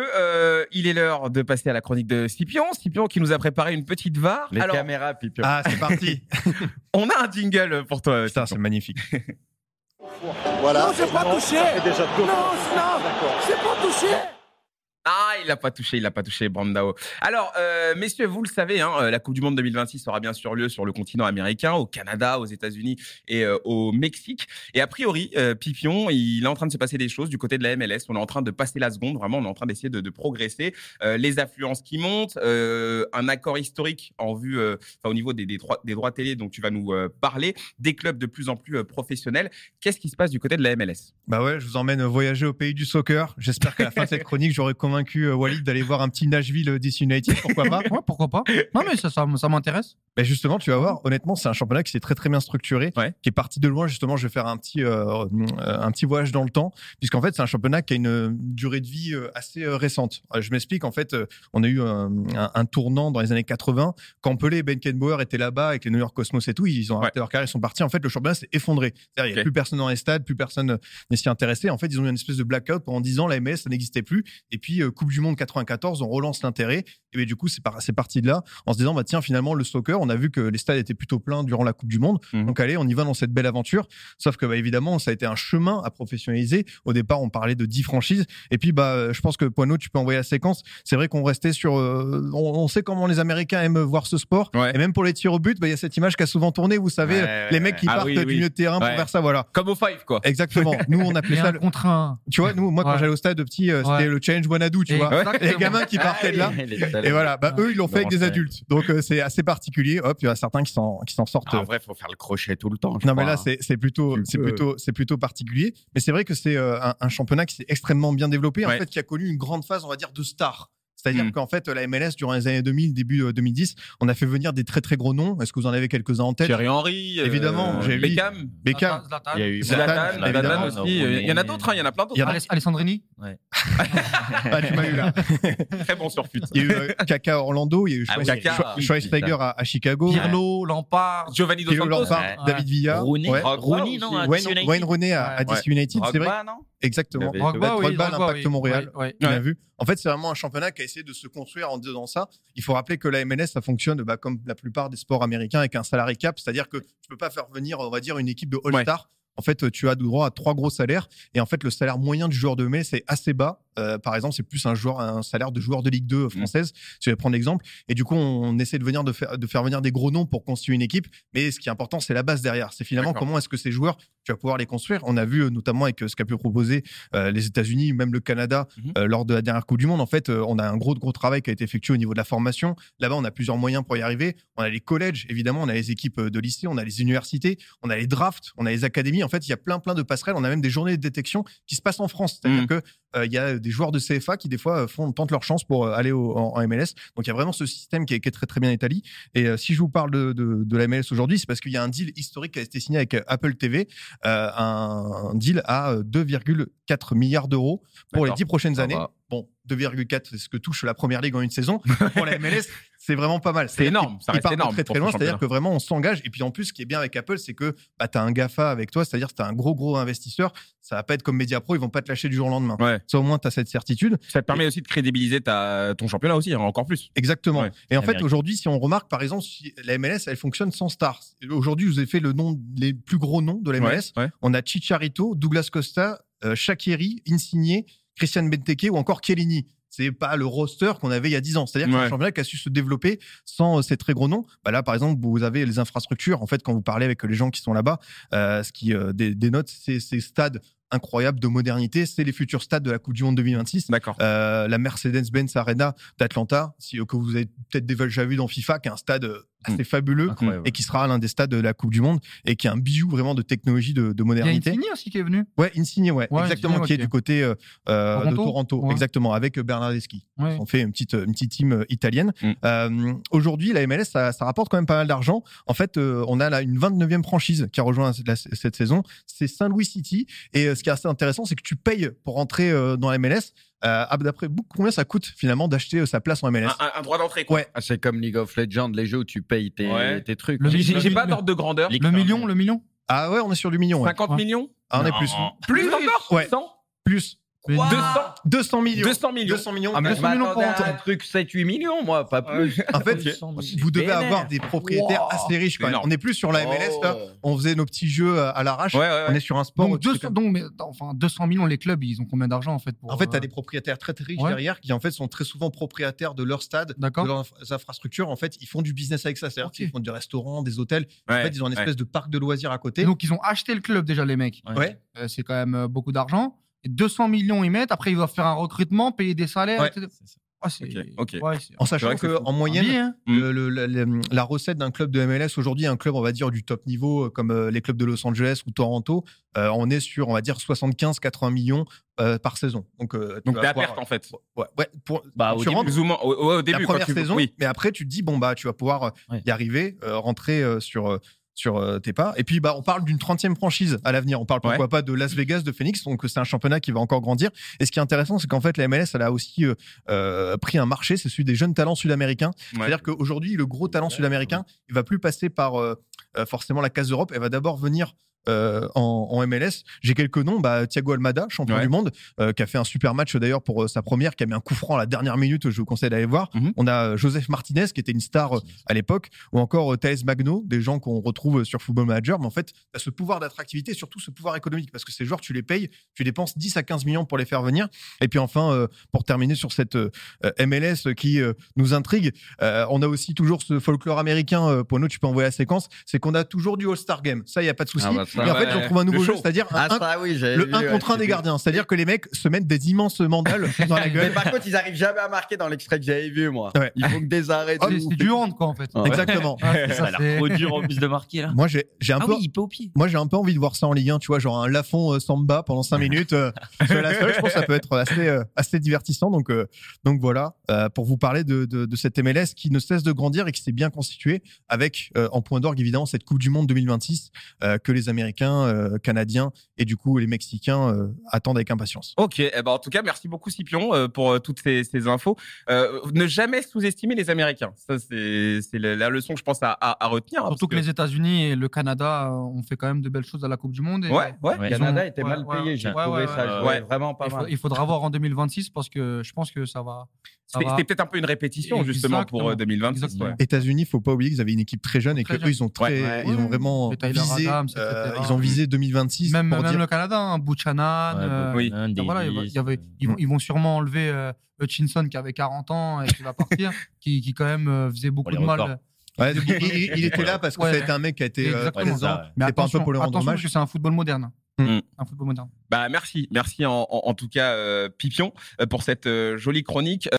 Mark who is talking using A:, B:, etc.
A: euh, il est l'heure de passer à la chronique de Scipion. Scipion qui nous a préparé une petite VAR.
B: Les
A: Alors,
B: caméras, Pipion.
C: Ah, c'est parti.
A: on a un jingle pour toi.
C: Putain, c'est
A: Scipion.
C: magnifique.
D: Voilà.
E: Non, c'est pas touché.
D: déjà deux.
E: Non, non, c'est pas touché.
A: Ah, il l'a pas touché, il l'a pas touché, Brandao. Alors, euh, messieurs, vous le savez, hein, euh, la Coupe du Monde 2026 aura bien sûr lieu sur le continent américain, au Canada, aux États-Unis et euh, au Mexique. Et a priori, euh, Pipion, il est en train de se passer des choses du côté de la MLS. On est en train de passer la seconde, vraiment, on est en train d'essayer de, de progresser. Euh, les affluences qui montent, euh, un accord historique en vue, euh, enfin, au niveau des, des, droits, des droits télé dont tu vas nous euh, parler, des clubs de plus en plus euh, professionnels. Qu'est-ce qui se passe du côté de la MLS
C: Bah ouais, je vous emmène voyager au pays du soccer. J'espère qu'à la fin de cette chronique, j'aurai convaincu euh, Walid d'aller voir un petit Nashville euh, DC United. Pourquoi pas
F: Ouais, pourquoi pas Non, mais ça, ça, ça m'intéresse.
C: Mais justement, tu vas voir, honnêtement, c'est un championnat qui s'est très très bien structuré,
A: Ouais.
C: qui est parti de loin. Justement, je vais faire un petit euh, euh, un petit voyage dans le temps, puisqu'en fait, c'est un championnat qui a une euh, durée de vie euh, assez euh, récente. Euh, Je m'explique. En fait, euh, on a eu euh, un, un tournant dans les années 80 quand Pelé et Beckenbauer étaient là-bas avec les New York Cosmos et tout. Ils ont arrêté leur carrière, ils sont partis. En fait, le championnat s'est effondré. C'est-à-dire, il n'y a
A: Ok.
C: plus personne dans les stades, plus personne euh, n'est s'y intéressé. En fait, ils ont eu une espèce de blackout pendant 10 ans. La MLS, ça n'existait plus. Et puis, euh, Coupe du Monde 94, on relance l'intérêt. Et bien, du coup, c'est par- c'est parti de là en se disant bah tiens finalement le soccer on a vu que les stades étaient plutôt pleins durant la Coupe du Monde
A: Mhm.
C: donc allez on y va dans cette belle aventure sauf que bah, évidemment ça a été un chemin à professionnaliser au départ on parlait de 10 franchises et puis bah euh, je pense que Poineau tu peux envoyer la séquence c'est vrai qu'on restait sur euh, on, on sait comment les Américains aiment voir ce sport
A: Ouais.
C: et même pour les tirs au but bah, il y a cette image qui a souvent tourné vous savez
A: Ouais, ouais,
C: les
A: ouais.
C: mecs qui
A: Ah
C: partent
A: oui,
C: du
A: oui.
C: milieu de terrain
A: Ouais.
C: pour faire ça voilà
A: Comme au Five, quoi.
C: exactement nous on appelait
F: Mais
C: ça
F: un
C: le-
F: contre un.
C: tu vois nous moi quand
F: Ouais.
C: j'allais au stade de petit euh, c'était
F: Ouais.
C: le challenge Wanadu tu vois les
F: Exactement.
C: gamins qui partaient de
B: Ah,
C: là et voilà, bah, eux, ils l'ont fait avec des
B: Branché.
C: adultes. Donc, euh, c'est assez particulier. Hop, il y en a certains qui s'en, qui s'en sortent.
B: en vrai, faut faire le crochet tout le temps. je
C: non, mais
B: crois,
C: là,
B: hein.
C: c'est, c'est plutôt,
B: Ah Tu le
C: c'est
B: peux.
C: plutôt, c'est plutôt particulier. Mais c'est vrai que c'est euh, un, un championnat qui s'est extrêmement bien développé,
A: Ouais.
C: en fait, qui a connu une grande phase, on va dire, de stars. C'est-à-dire
A: Hmm.
C: qu'en fait, la MLS, durant les années 2000, début euh, 2010, on a fait venir des très, très gros noms. Est-ce que vous en avez quelques-uns en tête
A: Thierry Henry, euh,
C: Évidemment, j'ai-
A: Beckham,
C: Beckham,
F: Zlatan.
B: hein. Il y a eu
C: Zlatan,
A: Zlatan, Zlatan
C: évidemment.
A: aussi. euh, Il y en a d'autres, hein, il y en a plein d'autres.
C: Il y en a-
F: Aless- Alessandrini.
C: ah, tu m'as eu là.
A: Très bon sur fut.
C: Il y a eu euh, Kaka à Orlando, il y a eu
B: Ah oui,
C: Schweinsteiger
A: Kaka.
C: Schweinsteiger à, à Chicago,
F: Pirlo, Lampard.
A: Giovanni Dos
C: Pirlo
A: Santos.
C: Lampard,
B: Ouais.
C: David Villa,
B: Rooney,
C: hein. ouais.
B: Rooney, non, à
C: Wayne,
B: DC United.
C: Wayne Rooney à, à
F: Ouais.
C: DC United, c'est vrai,
B: Drogba, non
C: exactement.
B: Il y avait-
F: Drogba, oui.
C: Drogba,
F: Drogba,
C: l'Impact
F: oui.
C: Montréal.
F: Ouais, ouais.
C: On a
A: Ouais.
C: vu. En fait, c'est vraiment un championnat qui a essayé de se construire en dedans ça. Il faut rappeler que la MLS, ça fonctionne bah, comme la plupart des sports américains avec un salarié cap, c'est-à-dire que tu peux pas faire venir, on va dire, une équipe de All-Star. En fait, tu as droit à trois gros salaires et en fait, le salaire moyen du joueur de MLS c'est assez bas. Euh, par exemple, c'est plus un joueur, un salaire de joueur de Ligue
A: Mm.
C: 2 française, si je vais prendre l'exemple. Et du coup, on, on essaie de venir de faire, de faire venir des gros noms pour constituer une équipe. Mais ce qui est important, c'est la base derrière. C'est finalement
A: D'accord.
C: comment est-ce que ces joueurs, tu vas pouvoir les construire. On a vu euh, notamment avec euh, ce qu'a pu proposer euh, les États-Unis, même le Canada,
A: Mhm.
C: euh, lors de la dernière Coupe du Monde. En fait, euh, on a un gros, gros travail qui a été effectué au niveau de la formation. Là-bas, on a plusieurs moyens pour y arriver. On a les collèges, évidemment, on a les équipes euh, de lycée, on a les universités, on a les drafts, on a les académies. En fait, il y a plein, plein de passerelles. On a même des journées de détection qui se passent en France. C'est-à-dire
A: Mhm.
C: que euh, il y a des joueurs de CFA qui, des fois, euh, font, tentent leur chance pour euh, aller au- en, en MLS. Donc, il y a vraiment ce système qui est, qui est très, très bien établi. Et euh, si je vous parle de, de, de la MLS aujourd'hui, c'est parce qu'il y a un deal historique qui a été signé avec euh, Apple TV, euh, un, un deal à euh, 2,4 milliards d'euros pour les
A: D'accord.
C: 10 prochaines
A: Ah
C: années.
A: bah.
C: Bon, 2,4, c'est ce que touche la première ligue en une saison. pour la MLS, c'est vraiment pas mal.
A: C'est énorme, ça
C: Il
A: reste
C: part
A: énorme.
C: très
A: pour
C: très
A: ce
C: loin,
A: championnat.
C: c'est-à-dire que vraiment on s'engage. Et puis en plus, ce qui est bien avec Apple, c'est que bah, tu as un GAFA avec toi, c'est-à-dire que tu as un gros gros investisseur. Ça va pas être comme Mediapro, ils vont pas te lâcher du jour au lendemain.
A: Ouais.
C: Ça au moins tu as cette certitude.
A: Ça te permet aussi de crédibiliser ta, ton championnat aussi, hein, encore plus.
C: Exactement.
A: Ouais.
C: Et en
B: Amérique.
C: fait, aujourd'hui, si on remarque, par exemple, si la MLS, elle fonctionne sans stars. Aujourd'hui, je vous ai fait le nom, les plus gros noms de la MLS.
A: Ouais, ouais.
C: On a Chicharito, Douglas Costa, euh, Shaqiri, Insigne, Christian Benteke ou encore Chiellini. C'est pas le roster qu'on avait il y a 10 ans. C'est-à-dire que c'est
A: Ouais.
C: un championnat qui a su se développer sans euh, ces très gros noms. Bah là, par exemple, vous avez les infrastructures. En fait, quand vous parlez avec les gens qui sont là-bas, euh, ce qui euh, dé- dénote ces, ces stades incroyables de modernité, c'est les futurs stades de la Coupe du Monde 2026.
A: D'accord.
C: Euh, la Mercedes-Benz Arena d'Atlanta, si, euh, que vous avez peut-être déjà vu dans FIFA, qui est un stade euh, assez fabuleux
B: Incroyable.
C: et qui sera l'un des stades de la Coupe du Monde et qui est un bijou vraiment de technologie de, de
F: Il y a
C: modernité.
F: Insigne aussi qui est venu.
C: Ouais, Insigne, ouais,
F: Ouais,
C: exactement,
F: Insigne,
C: qui est
F: ok.
C: du côté euh, euh, de
F: Toronto
C: Toronto,
F: Ouais.
C: exactement, avec euh, Bernardeschi.
F: Ouais.
C: On fait une petite, une petite team euh, italienne.
A: Mm.
C: Euh, Aujourd'hui, la MLS, ça, ça rapporte quand même pas mal d'argent. En fait, euh, on a là une 29e franchise qui a rejoint la- cette saison. C'est Saint-Louis City. Et euh, ce qui est assez intéressant, c'est que tu payes pour rentrer euh, dans la MLS. Euh, ah, D'après vous, combien ça coûte finalement d'acheter euh, sa place en MLS
A: Un, un- un droit d'entrée, quoi.
C: Ouais.
B: Ah, c'est comme League of Legends, les jeux où tu payes tes,
A: Ouais.
B: tes trucs.
F: Le
A: J'ai- J'ai j'ai
F: Le
A: pas
F: million.
A: d'ordre de grandeur.
B: Les-
F: Le million, le million.
C: Ah ouais, on est sur du million. ouais.
A: 50
F: Ouais.
A: millions
C: Ah, on est plus.
A: Plus encore
C: Ouais.
A: 100
C: Plus.
A: 200,
C: 200 millions.
A: 200 millions.
C: 200 millions. Ah,
B: Ah, mais je
F: 200 millions
B: m'attendais
F: pour
B: à un truc 7-8 millions, moi, pas plus.
C: En fait, vous devez avoir des propriétaires
F: Wow.
C: assez riches quand
A: C'est
C: même.
A: énorme.
C: On est plus sur la MLS, Ah,
B: Oh.
C: là. On faisait nos petits jeux euh, à- à l'arrache.
A: Ouais, ouais,
C: On
A: ouais.
C: est sur un sport. où
F: Donc
C: tu fais
F: 200, donc, mais, enfin, 200 millions, les clubs, ils ont combien d'argent en fait pour,
C: En fait, tu
F: euh,
C: as des propriétaires très très riches
F: Ouais.
C: derrière qui en fait sont très souvent propriétaires de leur stade, de
F: D'accord
C: leurs inf- infrastructures. En fait, ils font du business avec ça. C'est-à-dire
F: Ok.
C: qu'ils font des restaurants, des hôtels. en
A: ouais,
C: fait, ils ont une
A: ouais.
C: espèce de parc de loisirs à côté.
F: Et Donc ils ont acheté le club déjà, les mecs.
C: Ouais.
F: Euh, c'est quand même euh, beaucoup d'argent. Et 200 millions ils mettent, après ils doivent faire un recrutement, payer des salaires,
C: Ouais.
F: etc. Ah, c'est-
A: Ok, ok.
F: ouais, c'est-
C: En
A: C'est vrai
C: sachant
A: que c'est fou.
C: qu'en
F: un
C: moyenne,
F: billet, hein.
A: Mm.
C: le- le- la, la- la recette d'un club de MLS aujourd'hui, un club, on va dire, du top niveau, euh, comme euh, les clubs de Los Angeles ou Toronto, euh, on est sur, on va dire, 75-80 millions euh, par saison. Donc, euh, tu
A: Donc
C: vas
A: t'es à
C: avoir-
A: perte en fait.
C: Ouais, ouais, pour,
B: Bah,
C: tu
B: au début,
C: rentres-
A: Plus ou moins au, au- au début.
C: la
A: quand
C: première
A: tu-
C: saison,
A: Oui.
C: mais après tu te dis bon bah tu vas pouvoir euh,
B: Ouais.
C: y arriver, euh, rentrer euh, sur euh, sur euh, tes pas. Et puis bah on parle d'une 30e franchise à l'avenir. On parle pourquoi pas de Las Vegas, de Phoenix. Donc c'est un championnat qui va encore grandir. Et ce qui est intéressant, c'est qu'en fait la MLS elle a aussi euh, euh, pris un marché, c'est celui des jeunes talents sud-américains.
A: Ouais.
C: C'est-à-dire qu'aujourd'hui le gros talent sud-américain, il va plus passer par euh, euh, forcément la case Europe. Elle va d'abord venir euh, en, en MLS. J'ai quelques noms. Bah, Thiago Almada, champion
A: Ouais.
C: du monde, euh, qui a fait un super match d'ailleurs pour euh, sa première, qui a mis un coup franc à la dernière minute. Je vous conseille d'aller voir.
A: Mhm.
C: On a euh, Joseph Martinez, qui était une star euh, à l'époque, ou encore euh, Thales Magno, des gens qu'on retrouve euh, sur Football Manager. Mais en fait, tu as ce pouvoir d'attractivité, surtout ce pouvoir économique, parce que ces joueurs, tu les payes, tu dépenses 10 à 15 millions pour les faire venir. Et puis enfin, euh, pour terminer sur cette euh, euh, MLS qui euh, nous intrigue, euh, on a aussi toujours ce folklore américain, euh, Pono, tu peux envoyer la séquence, c'est qu'on a toujours du All-Star Game. Ça, il n'y a pas de souci.
B: Ah bah ça,
C: et en
A: ouais.
C: fait, on trouve un nouveau
A: Le
C: jeu,
A: show.
C: c'est-à-dire
B: Ah,
C: un,
B: ça, oui, j'ai
C: le
B: vu,
C: 1
B: ouais,
C: contre 1
B: c'est
C: des
B: bien.
C: gardiens. C'est-à-dire que les mecs se mettent des immenses mandales dans la
B: Mais
C: gueule.
B: par contre, ils arrivent jamais à marquer dans l'extrait que j'avais vu, moi.
C: Ouais. Oh,
B: Il faut que des arrêts. de
F: C'est
B: ouf.
F: c'est du hand quoi en fait.
B: Ouais.
C: Exactement.
F: Ah, c'est
G: Ça a
F: ça,
G: l'air
F: c'est-
G: trop dur en plus de marquer là.
C: Moi, j'ai j'ai un
G: Ah
C: peu
G: oui, il peut au pied.
C: Moi, j'ai un peu envie de voir ça en Ligue 1, tu vois, genre un Lafont euh, Samba pendant 5 minutes. euh, sur la seule, je pense que ça peut être assez, euh, assez divertissant. Donc, euh, donc voilà, euh, pour vous parler de, de, de cette MLS qui ne cesse de grandir et qui s'est bien constituée avec, euh, en point d'orgue, évidemment, cette Coupe du Monde 2026 euh, que les Américains, euh, Canadiens et du coup les Mexicains euh, attendent avec impatience.
A: Ok, eh ben, en tout cas, merci beaucoup Scipion euh, pour euh, toutes ces, ces infos. Euh, ne jamais sous-estimer les Américains. Ça, c'est c'est la, la leçon que je pense à, à- à retenir. hein,
F: Surtout que
A: parce
F: les États-Unis et le Canada euh, ont fait quand même de belles choses à la Coupe du Monde. et-
A: Ouais, ouais.
B: Le
G: Ouais.
B: Canada
F: Ils ont-
B: était
F: ouais,
B: mal
F: ouais,
B: payé, j'ai
F: ouais,
B: trouvé
F: ouais,
B: ça.
A: ouais.
B: joué
A: Ouais.
B: Vraiment pas
F: Il, faut,
B: mal.
F: il faudra voir en 2026 parce que je pense que ça va. ça
A: C'était
F: va-
A: c'était peut-être un peu une répétition justement pour euh,
F: Exactement.
A: 2026.
F: Exactement.
A: ouais.
C: États-Unis, faut pas oublier qu'ils avaient une équipe très jeune et
F: Très
C: que
F: jeune.
C: eux, ils ont très,
B: Ouais.
C: ils ont vraiment
F: Et Tyler
C: visé,
F: Adams,
C: euh,
F: etc.
C: ils ont visé 2026
F: Même,
C: pour
F: même
C: dire.
F: le Canada, hein, Buchanan. euh,
A: oui.
F: enfin, voilà, il va- il y avait- ils, vont, ils vont sûrement enlever euh, Hutchinson qui avait 40 ans et qui va partir, qui, qui quand même euh, faisait beaucoup
G: les
F: de mal.
G: records.
C: Ouais, il, il- il était là parce que
F: Ouais.
C: ça a été un mec qui a été euh,
F: Exactement.
C: présent.
F: Mais
C: C'est pas un peu
F: attention,
C: pour le rendre
F: attention,
C: hommage.
F: parce que c'est un football moderne.
A: Mm.
F: Un football moderne.
A: Bah merci, merci en, en- en tout cas euh, Pipion euh, pour cette euh, jolie chronique.